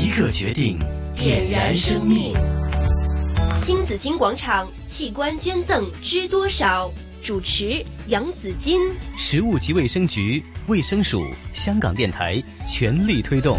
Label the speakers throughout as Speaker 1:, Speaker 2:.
Speaker 1: 一个决定，
Speaker 2: 点燃生命。
Speaker 3: 新紫金广场器官捐赠知多少？主持杨紫金，
Speaker 1: 食物及卫生局、卫生署、香港电台全力推动。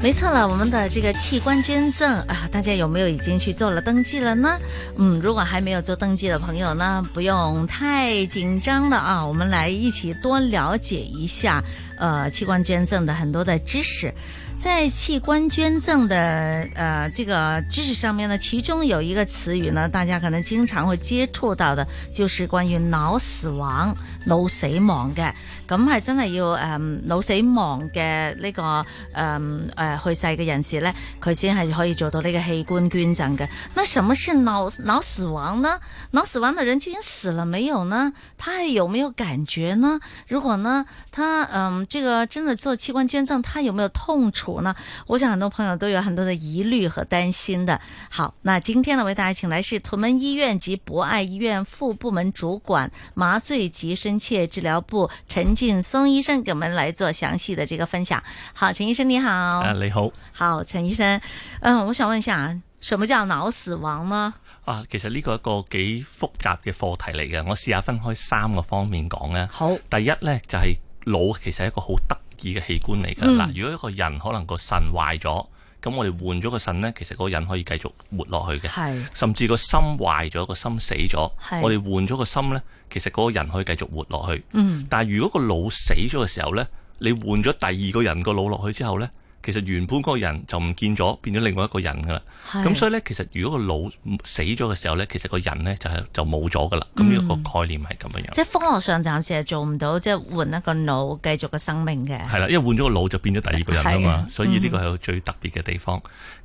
Speaker 4: 没错了，我们的这个器官捐赠啊，大家有没有已经去做了登记了呢？嗯，如果还没有做登记的朋友呢，不用太紧张了啊，我们来一起多了解一下呃器官捐赠的很多的知识。在器官捐赠的呃这个知识上面呢，其中有一个词语呢，大家可能经常会接触到的，就是關於腦死亡、腦死亡嘅。咁係真係要誒腦死亡嘅呢、這個誒誒、嗯呃、去世嘅人士咧，佢先係可以做到呢個器官捐贈嘅。那什麼是腦腦死亡呢？腦死亡的人究竟死了沒有呢？他還有沒有感覺呢？如果呢，他嗯這個真的做器官捐贈，他有沒有痛楚？呢，我想很多朋友都有很多的疑慮和擔心的。好，那今天呢，為大家請來是屯門醫院及博愛醫院副部門主管麻醉及深切治療部陳勁松醫生，給我們來做詳細的這個分享。好，陳醫生你好。
Speaker 5: 啊，你好。
Speaker 4: 好，陳醫生，嗯，我想問一下，什麼叫腦死亡呢？
Speaker 5: 啊，其實呢個一個幾複雜嘅課題嚟嘅，我試下分開三個方面講咧。
Speaker 4: 好，
Speaker 5: 第一呢，就係、是、腦其實係一個好得嘅器官嚟㗎嗱，如果一個人可能個腎壞咗，咁我哋換咗個腎呢，其實嗰個人可以繼續活落去嘅，甚至個心壞咗，個心死咗，我哋換咗個心呢，其實嗰個人可以繼續活落去。
Speaker 4: 嗯、
Speaker 5: 但係如果個腦死咗嘅時候呢，你換咗第二個人個腦落去之後呢，其實原本嗰個人就唔見咗，變咗另外一個人㗎啦。咁所以呢，其實如果個腦死咗嘅時候呢，其實個人呢就係就冇咗㗎啦。咁呢個概念係咁樣樣。
Speaker 4: 即係科學上暫時係做唔到，即係換一個腦繼續個生命嘅。
Speaker 5: 係啦，因為換咗個腦就變咗第二個人啊嘛，所以呢個係最特別嘅地方。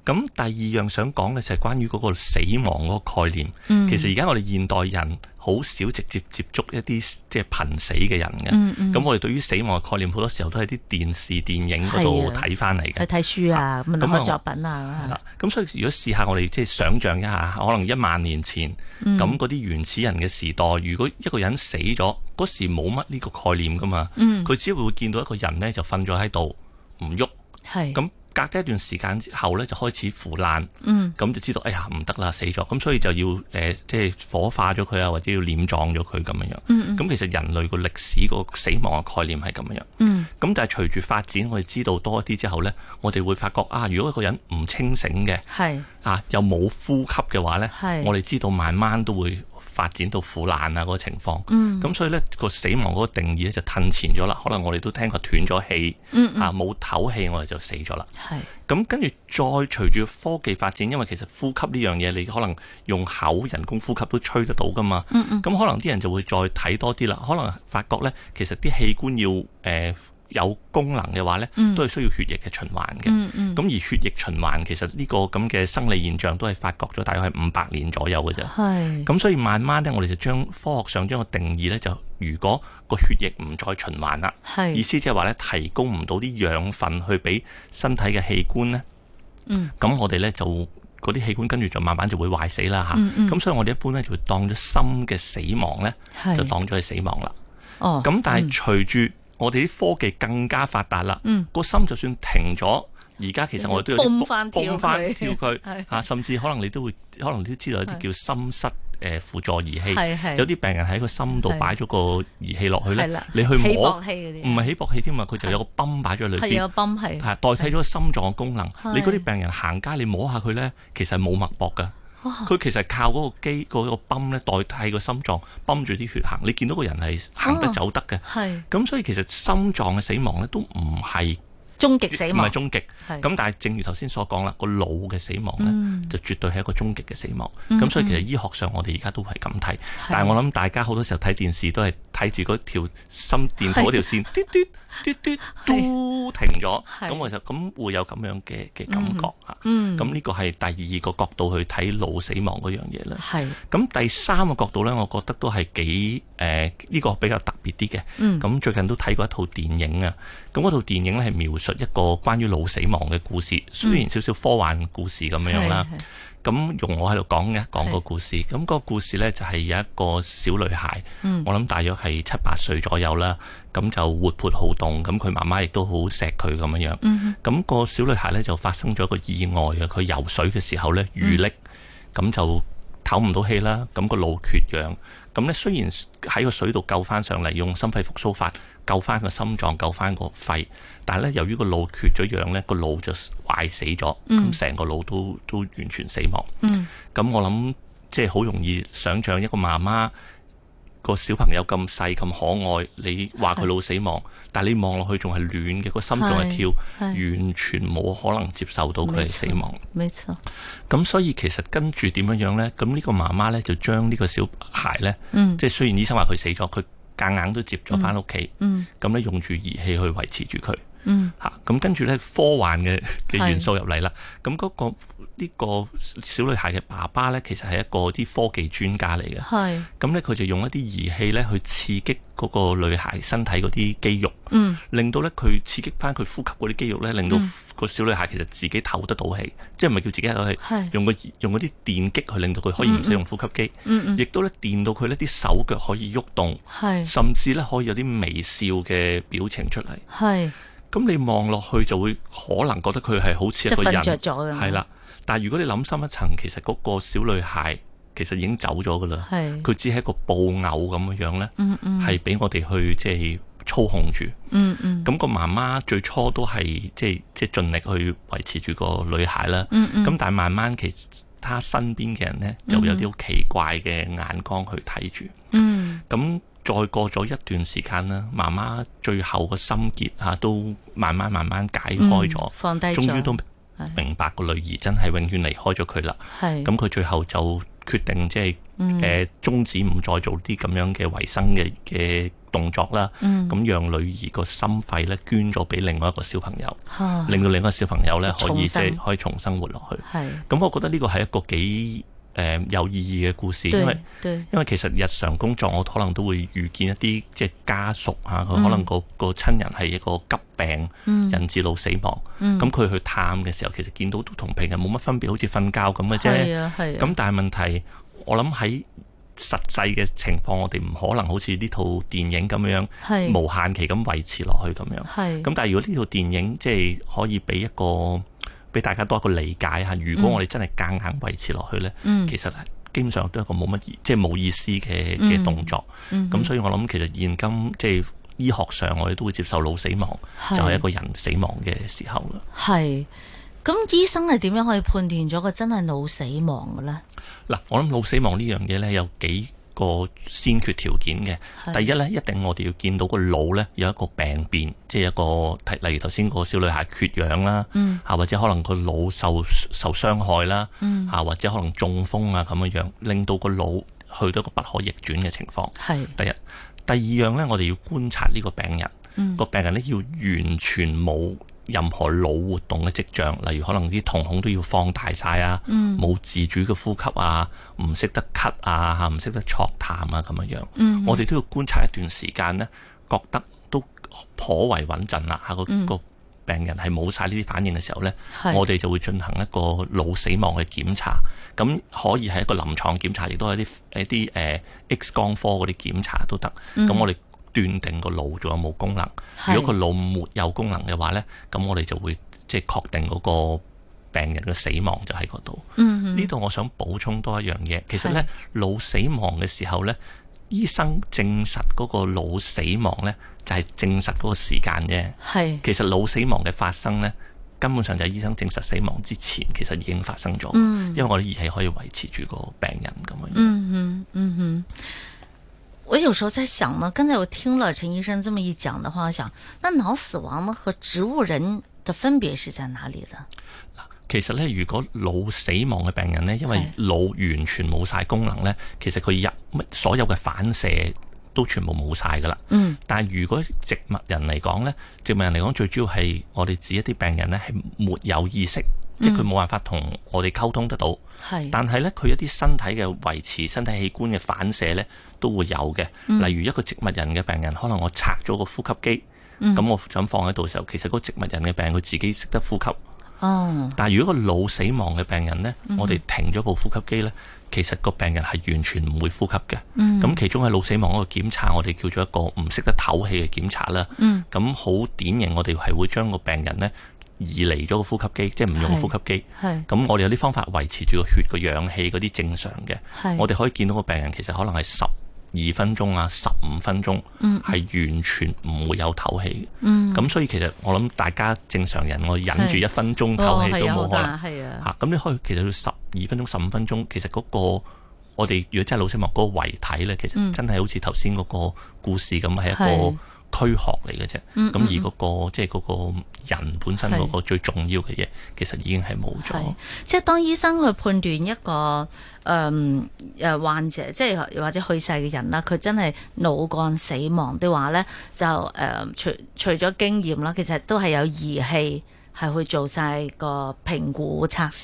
Speaker 5: 咁、嗯、第二樣想講嘅就係關於嗰個死亡嗰個概念。嗯、其實而家我哋現代人好少直接接觸一啲即係瀕死嘅人嘅。咁、
Speaker 4: 嗯嗯、
Speaker 5: 我哋對於死亡嘅概念好多時候都喺啲電視電影嗰度睇翻嚟。
Speaker 4: 去睇書啊，咁諗下作品啊，
Speaker 5: 咁所以如果試下我哋即係想像一下，可能一萬年前咁嗰啲原始人嘅時代，如果一個人死咗，嗰時冇乜呢個概念噶嘛，佢、
Speaker 4: 嗯、
Speaker 5: 只會見到一個人呢，就瞓咗喺度唔喐，咁隔咗一段時間之後呢，就開始腐爛，咁、
Speaker 4: 嗯、
Speaker 5: 就知道哎呀唔得啦，死咗，咁所以就要誒、呃、即係火化咗佢啊，或者要殮葬咗佢咁樣樣。咁、
Speaker 4: 嗯嗯、
Speaker 5: 其實人類個歷史個死亡嘅概念係咁樣樣。咁、
Speaker 4: 嗯、
Speaker 5: 但係隨住發展，我哋知道多啲之後呢，我哋會發覺啊，如果一個人唔清醒嘅，啊又冇呼吸嘅話呢，我哋知道慢慢都會發展到腐爛啊嗰個情況。咁、
Speaker 4: 嗯、
Speaker 5: 所以呢個死亡嗰個定義咧就褪前咗啦。可能我哋都聽過斷咗氣，
Speaker 4: 嗯嗯
Speaker 5: 啊冇唞氣，我哋就死咗啦。
Speaker 4: 係，
Speaker 5: 咁跟住再隨住科技發展，因為其實呼吸呢樣嘢，你可能用口人工呼吸都吹得到噶嘛。
Speaker 4: 嗯嗯。
Speaker 5: 咁可能啲人就會再睇多啲啦，可能發覺呢，其實啲器官要誒、呃、有功能嘅話呢，都係需要血液嘅循環嘅。
Speaker 4: 嗯嗯。
Speaker 5: 咁而血液循環其實呢個咁嘅生理現象都係發覺咗大概係五百年左右嘅啫。
Speaker 4: 係。
Speaker 5: 咁所以慢慢呢，我哋就將科學上將個定義呢，就如果個血液唔再循環啦，意思即係話咧提供唔到啲養分去俾身體嘅器官呢。
Speaker 4: 嗯，
Speaker 5: 咁我哋呢，就嗰啲器官跟住就慢慢就會壞死啦嚇。咁、
Speaker 4: 嗯嗯、
Speaker 5: 所以我哋一般呢，就會當咗心嘅死亡呢，就當咗係死亡啦。
Speaker 4: 哦，
Speaker 5: 咁但係隨住我哋啲科技更加發達啦，
Speaker 4: 嗯、
Speaker 5: 個心就算停咗。而家其實我哋都有
Speaker 4: 泵翻
Speaker 5: 跳 佢
Speaker 4: 啊，
Speaker 5: 甚至可能你都會，可能你都知道有啲叫心室誒輔助儀
Speaker 4: 器，
Speaker 5: 有啲病人喺個心度擺咗個儀器落去咧，你去
Speaker 4: 摸，起搏
Speaker 5: 器嗰啲，唔係起搏器添啊，佢就有個泵擺咗裏邊，
Speaker 4: 有泵係，
Speaker 5: 係代替咗心臟功能。你嗰啲病人行街，你摸下佢咧，其實冇脈搏㗎。佢其實靠嗰個機嗰個泵咧代替個心臟泵住啲血行，你見到個人係行
Speaker 4: 啊
Speaker 5: 得走得嘅。
Speaker 4: 係，
Speaker 5: 咁所以其實心臟嘅死亡咧都唔係。
Speaker 4: 終極死亡
Speaker 5: 唔係終極，咁但係正如頭先所講啦，個腦嘅死亡呢，
Speaker 4: 嗯、
Speaker 5: 就絕對係一個終極嘅死亡。咁、
Speaker 4: 嗯、
Speaker 5: 所以其實醫學上我哋而家都係咁睇，但係我諗大家好多時候睇電視都係睇住嗰條心電圖嗰條線，嘟嘟嘟嘟嘟停咗，咁我就咁會有咁樣嘅嘅感覺嚇。
Speaker 4: 嗯，
Speaker 5: 咁呢個係第二個角度去睇腦死亡嗰樣嘢啦。
Speaker 4: 係。
Speaker 5: 咁第三個角度呢，我覺得都係幾誒呢個比較特別啲嘅。
Speaker 4: 嗯
Speaker 5: 咁最近都睇過一套電影啊，咁嗰套電影呢，
Speaker 4: 嗯
Speaker 5: 係描述一個關於腦死亡嘅故事，雖然少少科幻故事咁樣啦。咁容我喺度講嘅，講個故事。咁個故事呢，就係有一個小女孩，
Speaker 4: 嗯
Speaker 5: 我諗大約係七八歲左右啦。咁就活潑好動，咁佢媽媽亦都好錫佢咁樣樣。咁、
Speaker 4: 嗯
Speaker 5: 個小女孩呢，就發生咗一個意外啊嘅，佢游水嘅時候呢，遇溺，咁、就唞唔到氣啦，咁、個腦缺氧。咁呢，雖然喺個水度救翻上嚟，用心肺復甦法救翻個心臟，救翻個肺，但係呢，由於個腦缺咗氧呢，個腦就壞死咗，咁成、個腦都都完全死亡。咁我諗即係好容易想像一個媽媽個小朋友咁細咁可愛，你話佢腦死亡，但係你望落去仲係暖嘅，個心仲係跳，
Speaker 4: 係
Speaker 5: 完全冇可能接受到佢係死亡。
Speaker 4: 沒錯，
Speaker 5: 咁所以其實跟住點樣樣呢？咁呢個媽媽呢，就將呢個小孩呢，
Speaker 4: 嗯
Speaker 5: 即係雖然醫生話佢死咗，佢夾硬都接咗翻屋企，咁呢，用住儀器去維持住佢。嚇咁跟住呢，科幻嘅嘅元素入嚟啦。咁嗰、個呢、個小女孩嘅爸爸呢，其實係一個啲科技專家嚟嘅。
Speaker 4: 係
Speaker 5: 咁呢，佢就用一啲儀器呢去刺激嗰個女孩身體嗰啲肌肉，
Speaker 4: 嗯
Speaker 5: 令到呢佢刺激翻佢呼吸嗰啲肌肉呢，令到個小女孩其實自己唞得到氣，即係唔係叫自己唞到氣
Speaker 4: 係，
Speaker 5: 用個用嗰啲電擊去令到佢可以唔使用呼吸機，
Speaker 4: 嗯
Speaker 5: 亦都呢電到佢呢啲手腳可以喐動，
Speaker 4: 係
Speaker 5: 甚至呢可以有啲微笑嘅表情出嚟。
Speaker 4: 係
Speaker 5: 咁你望落去就會可能覺得佢係好似一個
Speaker 4: 即係
Speaker 5: 人，
Speaker 4: 瞓着咗咁
Speaker 5: 係啦。但係如果你諗深一層，其實嗰個小女孩其實已經走咗噶啦，
Speaker 4: 係
Speaker 5: 佢只係一個布偶咁樣樣咧，係俾、我哋去即係操控住。
Speaker 4: 嗯嗯
Speaker 5: 咁、個媽媽最初都係即係即係盡力去維持住個女孩啦。咁、
Speaker 4: 嗯
Speaker 5: 但係慢慢其他身邊嘅人呢，就有啲好奇怪嘅眼光去睇住。
Speaker 4: 嗯
Speaker 5: 咁再過咗一段時間啦，媽媽最後個心結嚇都慢慢慢慢解開咗，
Speaker 4: 嗯放低咗
Speaker 5: 終於都
Speaker 4: 係嗯
Speaker 5: 明白個女兒真係永遠離開咗佢啦。
Speaker 4: 係
Speaker 5: 咁佢最後就決定即係
Speaker 4: 嗯
Speaker 5: 誒終止唔再做啲咁樣嘅維生嘅嘅動作啦。咁、
Speaker 4: 嗯
Speaker 5: 讓女兒個心肺咧捐咗俾另外一個小朋友，
Speaker 4: 嚇
Speaker 5: 令到另外一個小朋友咧
Speaker 4: 啊
Speaker 5: 可以
Speaker 4: 重
Speaker 5: 即
Speaker 4: 生
Speaker 5: 係可以重生活落去。
Speaker 4: 係
Speaker 5: 咁我覺得呢個係一個幾誒、呃有意義嘅故事，因為
Speaker 4: 對。對
Speaker 5: 因為其實日常工作我可能都會遇見一啲即係家屬嚇，
Speaker 4: 嗯
Speaker 5: 佢可能個個親人係一個急病，引致腦死亡。
Speaker 4: 嗯
Speaker 5: 咁佢去探嘅時候，其實見到都同平日冇乜分別，好似瞓覺咁嘅
Speaker 4: 係
Speaker 5: 啫。
Speaker 4: 啊係啊
Speaker 5: 咁但係問題，我諗喺實際嘅情況，我哋唔可能好似呢套電影咁樣
Speaker 4: 係
Speaker 5: 無限期咁維持落去咁樣。
Speaker 4: 係
Speaker 5: 咁但係如果呢套電影即係可以俾一個俾大家多一個理解嚇，如
Speaker 4: 嗯
Speaker 5: 果我哋真係夾硬維持落去呢，其實基本上都係一個冇乜意即係冇意思嘅
Speaker 4: 嗯
Speaker 5: 嘅動作。咁、所以我諗其實現今即係醫學上，我哋都會接受腦死亡，
Speaker 4: 係
Speaker 5: 就係一個人死亡嘅時候啦。
Speaker 4: 係咁醫生係點樣可以判斷咗佢真係腦死亡嘅咧？
Speaker 5: 嗱，我諗腦死亡呢樣嘢呢，有幾個先決條件嘅。
Speaker 4: 係
Speaker 5: 第一呢，一定我哋要見到個腦呢有一個病變，即係一個提例如頭先個小女孩缺氧啦，啊或者可能個腦受受傷害啦，啊或者可能中風啊咁樣樣，令到個腦去到一個不可逆轉嘅情況。
Speaker 4: 係
Speaker 5: 第一，第二樣呢，我哋要觀察呢個病人，個病人呢要完全冇任何腦活動嘅跡象，例如可能啲瞳孔都要放大晒啊，冇自主嘅呼吸啊，唔識得咳啊，嚇唔識得錯痰啊咁樣樣。我哋都要觀察一段時間呢，覺得都頗為穩陣啦，嚇個個病人係冇晒呢啲反應嘅時候呢，
Speaker 4: 係
Speaker 5: 我哋就會進行一個腦死亡嘅檢查，咁可以係一個臨床檢查，亦都係一啲一啲誒、呃 X 光科嗰啲檢查都得。咁、我哋斷定個腦仲有冇功能。
Speaker 4: 嗯係
Speaker 5: 如果個腦沒有功能嘅話呢，咁我哋就會即係確定嗰個病人嘅死亡就喺嗰度。
Speaker 4: 嗯
Speaker 5: 呢度、我想補充多一樣嘢，其實呢，腦死亡嘅時候呢，醫生證實嗰個腦死亡呢，就係、證實嗰個時間啫。
Speaker 4: 係
Speaker 5: 其實腦死亡嘅發生呢，根本上就係醫生證實死亡之前，其實已經發生咗。
Speaker 4: 嗯
Speaker 5: 因為我哋儀器可以維持住個病人咁樣。
Speaker 4: 我有时候在想呢，刚才我听了陈医生这么一讲的话，我想那脑死亡呢和植物人的分别是在哪里呢？
Speaker 5: 其實呢，如果腦死亡嘅病人呢，因為
Speaker 4: 係
Speaker 5: 腦完全冇晒功能呢，其實佢入乜所有嘅反射都全部冇晒噶啦。
Speaker 4: 嗯，
Speaker 5: 但係如果植物人嚟講呢，植物人嚟講最主要係我哋指一啲病人呢係沒有意識，即係佢冇辦法同我哋溝通得到。
Speaker 4: 係
Speaker 5: 但係咧，佢一啲身體嘅維持、身體器官嘅反射咧，都會有嘅。例如一個植物人嘅病人，可能我拆咗個呼吸機，咁、我想放喺度嘅時候，其實嗰個植物人嘅病人佢自己識得呼吸，
Speaker 4: 哦，
Speaker 5: 但係如果個腦死亡嘅病人呢，我哋停咗部呼吸機呢，其實個病人係完全唔會呼吸嘅。咁、其中喺腦死亡嗰個檢查，我哋叫做一個唔識得唞氣嘅檢查啦。咁好、典型，我哋係會將個病人呢移離咗個呼吸機，即係唔用呼吸機。
Speaker 4: 係
Speaker 5: 咁我哋有啲方法維持住個血個氧氣嗰啲正常嘅
Speaker 4: 係，
Speaker 5: 我哋可以見到個病人其實可能係十二分鐘啊，十五分鐘，係、
Speaker 4: 嗯
Speaker 5: 完全唔會有唞氣嘅。咁、所以其實我諗大家正常人，我忍住
Speaker 4: 係
Speaker 5: 一分鐘
Speaker 4: 哦
Speaker 5: 唞氣都
Speaker 4: 係啊
Speaker 5: 冇
Speaker 4: 好
Speaker 5: 可
Speaker 4: 多
Speaker 5: 能
Speaker 4: 啊係啊，
Speaker 5: 嚇。咁、你可以其實要十二分鐘、十五分鐘，其實嗰、個。我哋如果真係腦死亡嗰個遺體咧，其實真係好似頭先嗰個故事咁，係一
Speaker 4: 嗯
Speaker 5: 個
Speaker 4: 係嗯
Speaker 5: 軀殼嚟嘅啫。咁、而嗰、個即係嗰個人本身嗰個最重要嘅嘢，其實已經係冇咗。
Speaker 4: 係，即係當醫生去判斷一個誒誒患者，即係或者去世嘅人啦，佢真係腦幹死亡的話咧，就誒、呃除除咗經驗啦，其實都係有儀器係去做晒個評估測試，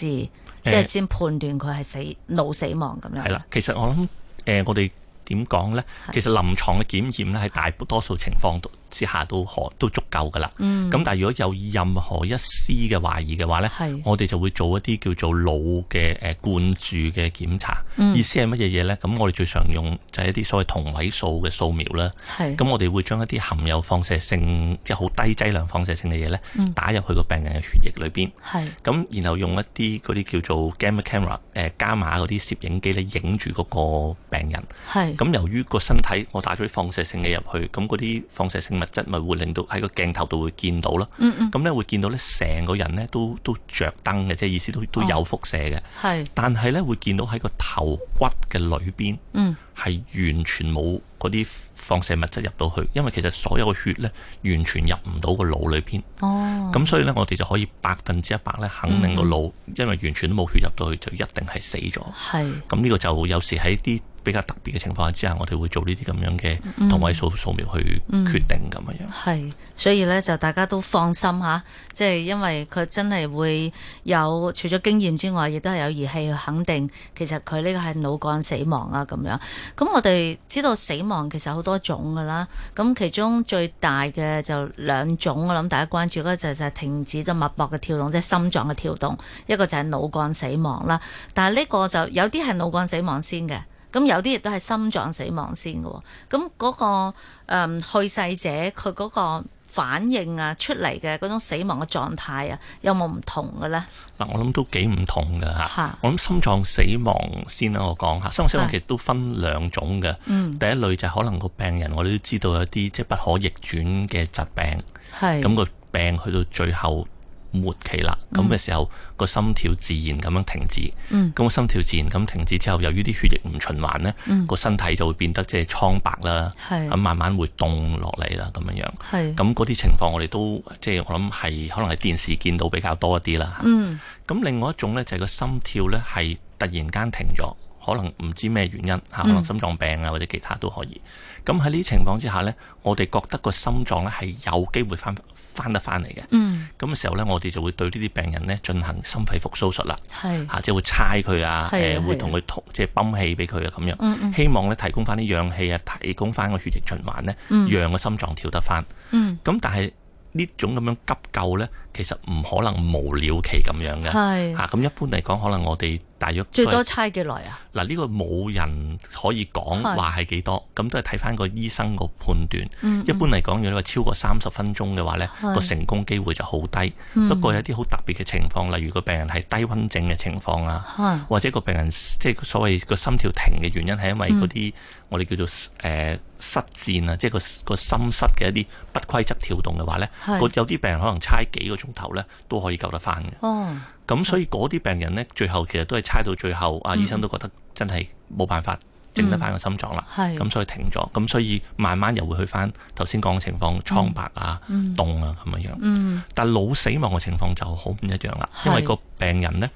Speaker 4: 即係
Speaker 5: 誒
Speaker 4: 先判斷佢係死腦死亡咁樣。
Speaker 5: 係啦，其實我諗誒、呃我哋點講呢？其實臨床嘅檢驗咧，喺大多數情況都之下都可都足夠噶啦。咁、
Speaker 4: 嗯
Speaker 5: 但係如果有任何一絲嘅懷疑嘅話呢
Speaker 4: 係，
Speaker 5: 我哋就會做一啲叫做腦嘅誒灌注嘅檢查。
Speaker 4: 嗯
Speaker 5: 意思係乜嘢嘢呢？咁我哋最常用就係一啲所謂同位素嘅掃描啦。
Speaker 4: 係
Speaker 5: 咁我哋會將一啲含有放射性即係好低劑量放射性嘅嘢呢，
Speaker 4: 嗯
Speaker 5: 打入去個病人嘅血液裏邊。
Speaker 4: 係
Speaker 5: 咁然後用一啲嗰啲叫做 gamma camera 誒、伽馬嗰啲攝影機咧，影住嗰個病人。
Speaker 4: 係
Speaker 5: 咁由於個身體我打咗啲放射性嘅入去，咁嗰啲放射性物質咪會令到喺個鏡頭度會見到啦。咁咧、會見到咧成個人咧都都著燈嘅，即係意思都都有輻射嘅。
Speaker 4: 係
Speaker 5: 但係咧會見到喺個頭骨嘅裏邊，
Speaker 4: 嗯
Speaker 5: 係完全冇嗰啲放射物質入到去，因為其實所有嘅血咧完全入唔到個腦裏邊。
Speaker 4: 哦
Speaker 5: 咁所以咧，我哋就可以百分之一百咧肯定個腦，因為完全都冇血入到去，就一定係死咗。
Speaker 4: 係。
Speaker 5: 咁呢個就有時喺啲比較特別嘅情況之下，我哋會做呢啲咁樣嘅同位素掃描去決定咁樣樣。
Speaker 4: 係，所以咧就大家都放心吓，即係因為佢真係會有除咗經驗之外，亦都係有儀器去肯定，其實佢呢個係腦幹死亡啊咁樣。咁我哋知道死亡其實好多種噶啦，咁其中最大嘅就兩種，我諗大家關注嗰個就就係停止咗脈搏嘅跳動，即係心臟嘅跳動；一個就係腦幹死亡啦。但係呢個就有啲係腦幹死亡先嘅。咁有啲亦都係心臟死亡先嘅喎，咁嗰、個、誒嗯去世者佢嗰個反應啊，出嚟嘅嗰種死亡嘅狀態啊，有冇唔同嘅咧？
Speaker 5: 嗱，我諗都幾唔同㗎
Speaker 4: 嚇
Speaker 5: 嚇。我諗心臟死亡先啦，我講下心臟死亡
Speaker 4: 係
Speaker 5: 其實都分兩種嘅。
Speaker 4: 嗯
Speaker 5: 第一類就係可能個病人我哋都知道有啲即係不可逆轉嘅疾病。
Speaker 4: 係
Speaker 5: 咁個病去到最後末期啦，咁
Speaker 4: 嗯
Speaker 5: 嘅、時候個心跳自然咁樣停止，咁、個心跳自然咁停止之後，由於啲血液唔循環呢，個、身體就會變得即係蒼白啦，
Speaker 4: 嗯係
Speaker 5: 咁慢慢會凍落嚟啦，咁樣樣。
Speaker 4: 係
Speaker 5: 咁嗰啲情況我哋都即係我諗係可能係電視見到比較多一啲啦。
Speaker 4: 嗯
Speaker 5: 咁另外一種呢，就係、個心跳呢係突然間停咗，可能唔知咩原因嚇，
Speaker 4: 嗯
Speaker 5: 可能心臟病啊或者其他都可以。咁喺呢啲情況之下呢，我哋覺得個心臟呢係有機會翻翻得翻嚟嘅。
Speaker 4: 嗯
Speaker 5: 咁嘅時候呢，我哋就會對呢啲病人呢進行心肺復甦術啦。
Speaker 4: 係
Speaker 5: 嚇，即係會猜佢啊，
Speaker 4: 嗯係啊嗯
Speaker 5: 誒會
Speaker 4: 係啊
Speaker 5: 同佢同即係泵氣俾佢啊咁樣，希望咧提供翻啲氧氣啊，提供翻個血液循環咧，讓個心臟跳得翻。
Speaker 4: 嗯
Speaker 5: 咁但係呢種咁樣急救咧，其實唔可能無了期咁樣嘅。啊
Speaker 4: 係
Speaker 5: 嚇，咁一般嚟講，可能我哋大約
Speaker 4: 最
Speaker 5: 都
Speaker 4: 多
Speaker 5: 係
Speaker 4: 猜幾耐啊？
Speaker 5: 嗱呢個冇人可以講
Speaker 4: 係
Speaker 5: 話係幾多，咁都係睇翻個醫生個判斷。一般嚟講，如果你話超過三十分鐘嘅話呢
Speaker 4: 嗯係嗯
Speaker 5: 個成功機會就好低。不過有啲好特別嘅情況，例如個病人係低溫症嘅情況啊。
Speaker 4: 嚇
Speaker 5: 或者個病人即係所謂個心跳停嘅原因係因為嗰啲、我哋叫做誒、呃室戰啊，即係個個心室嘅一啲不規則跳動嘅話咧，
Speaker 4: 係
Speaker 5: 個有啲病人可能猜幾個鐘頭咧都可以救得翻嘅。
Speaker 4: 哦
Speaker 5: 咁所以嗰啲病人咧，最後其實都係猜到最後，啊醫生都覺得真係冇辦法整得翻個心臟啦，
Speaker 4: 係
Speaker 5: 咁所以停咗，咁所以慢慢又會去翻頭先講嘅情況，蒼白啊、凍啊咁樣樣。
Speaker 4: 嗯
Speaker 5: 但腦死亡嘅情況就好唔一樣啦，
Speaker 4: 係
Speaker 5: 因為個病人呢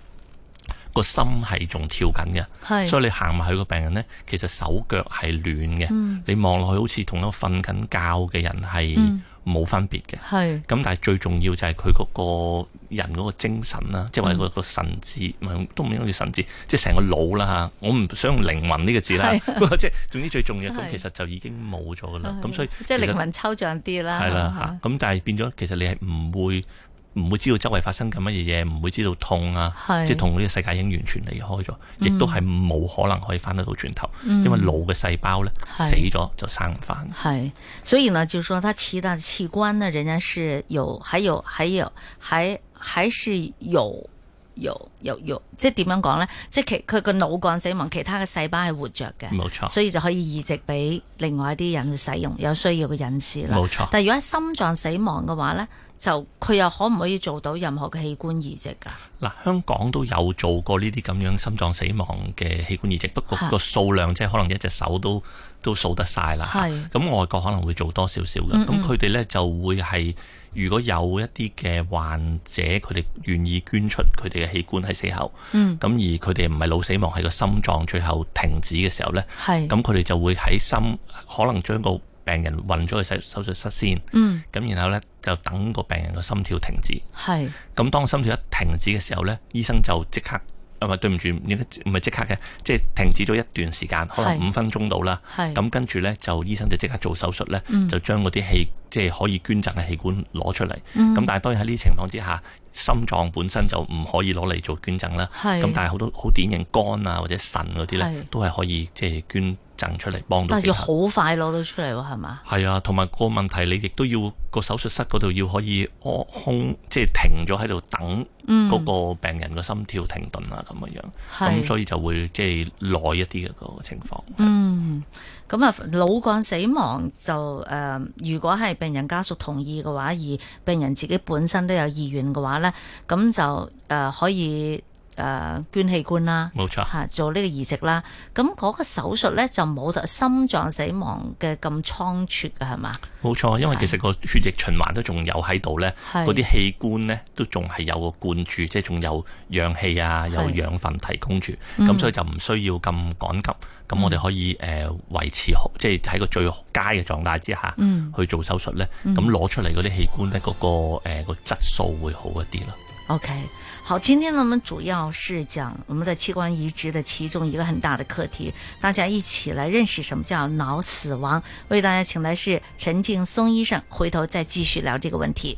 Speaker 5: 個心係仲跳緊嘅，
Speaker 4: 係
Speaker 5: 所以你行埋去個病人呢，其實手腳係暖嘅，
Speaker 4: 嗯
Speaker 5: 你望落去好似同一個瞓緊覺嘅人係冇分別嘅。
Speaker 4: 係
Speaker 5: 咁但係最重要就係佢嗰個人嗰個精神啦，即係話
Speaker 4: 嗯
Speaker 5: 個個神智，唔係都唔應該叫神智，即係成個腦啦嚇。我唔想用靈魂呢個字啦，不 過即係總之最重要咁，
Speaker 4: 係
Speaker 5: 其實就已經冇咗噶啦。
Speaker 4: 係
Speaker 5: 咁所以
Speaker 4: 即係
Speaker 5: 其實
Speaker 4: 靈魂抽象啲啦，
Speaker 5: 係啦嚇，咁但係變咗其實你係唔會唔會知道周圍發生緊乜嘢嘢，唔會知道痛啊，
Speaker 4: 係
Speaker 5: 即係同呢個世界已經完全離開咗，亦都係冇可能可以翻得到轉頭，
Speaker 4: 嗯
Speaker 5: 因為腦嘅細胞咧
Speaker 4: 係
Speaker 5: 死咗就生唔翻。
Speaker 4: 嗨，所以呢，就说他其他的器官呢，人家是有，还有，还有，还还是有。有有有，即係點樣講呢？即係其佢個腦幹死亡，其他嘅細胞係活着嘅，
Speaker 5: 冇錯
Speaker 4: 所以就可以移植俾另外一啲人去使用，有需要嘅人士啦。
Speaker 5: 冇錯
Speaker 4: 但係如果喺心臟死亡嘅話呢，就佢又可唔可以做到任何嘅器官移植㗎？
Speaker 5: 嗱，香港都有做過呢啲咁樣心臟死亡嘅器官移植，不過
Speaker 4: 嚇
Speaker 5: 個數量即係可能一隻手都都數得晒啦。嚇
Speaker 4: 係
Speaker 5: 咁外國可能會做多少少
Speaker 4: 嗯嗯
Speaker 5: 嘅，咁佢哋呢就會係如果有一啲嘅患者，佢哋願意捐出佢哋嘅器官喺死後，
Speaker 4: 嗯，
Speaker 5: 咁而佢哋唔係腦死亡，係個心臟最後停止嘅時候呢，
Speaker 4: 係。
Speaker 5: 咁佢哋就會喺心可能將個病人運咗去手手術室先，
Speaker 4: 嗯，
Speaker 5: 咁然後呢，就等個病人個心跳停止。
Speaker 4: 係
Speaker 5: 咁當心跳一停止嘅時候呢，醫生就即刻，啊唔係對唔住，唔應該唔係即刻嘅，即係停止咗一段時間，可能
Speaker 4: 係
Speaker 5: 五分鐘到啦。
Speaker 4: 係
Speaker 5: 咁跟住呢，就醫生就即刻做手術呢，
Speaker 4: 嗯
Speaker 5: 就將嗰啲氣即係可以捐贈嘅器官攞出嚟。咁、
Speaker 4: 嗯
Speaker 5: 但係當然喺呢啲情況之下，心臟本身就唔可以攞嚟做捐贈啦。
Speaker 4: 係
Speaker 5: 咁但係好多好典型肝啊或者腎嗰啲呢
Speaker 4: 係，
Speaker 5: 都係可以即係捐贈出嚟幫到
Speaker 4: 但係
Speaker 5: 其
Speaker 4: 要
Speaker 5: 他
Speaker 4: 好快攞到出嚟喎，係嘛？
Speaker 5: 係啊，同埋個問題，你亦都要個手術室嗰度要可以安空，即係停咗喺度等
Speaker 4: 嗯
Speaker 5: 嗰個病人個心跳停頓啊，咁樣樣。
Speaker 4: 係
Speaker 5: 咁所以就會即係耐一啲嘅個情況。
Speaker 4: 嗯，咁啊，腦幹死亡就誒、呃如果係病人家屬同意嘅話，而病人自己本身都有意願嘅話咧，咁就誒、呃可以誒、呃捐器官啦。
Speaker 5: 冇錯，
Speaker 4: 吓做呢個移植啦，咁嗰個手術咧就冇得心臟死亡嘅咁倉促嘅係嘛？
Speaker 5: 冇錯，因為其實個血液循環都仲有喺度呢，
Speaker 4: 係
Speaker 5: 嗰啲器官呢都仲係有個灌注，即係仲有氧氣啊，有
Speaker 4: 係
Speaker 5: 養分提供住，
Speaker 4: 嗯
Speaker 5: 咁所以就唔需要咁趕急。咁我哋可以誒維持好，即係喺個最佳嘅狀態之下
Speaker 4: 嗯
Speaker 5: 去做手術呢。咁攞出嚟嗰啲器官呢，嗰個誒個質素會好一啲咯。
Speaker 4: OK，好，今天呢，我们主要是讲我们的器官移植的其中一个很大的课题，大家一起来认识什么叫脑死亡。为大家请来是陈劲松医生，回头再继续聊这个问题。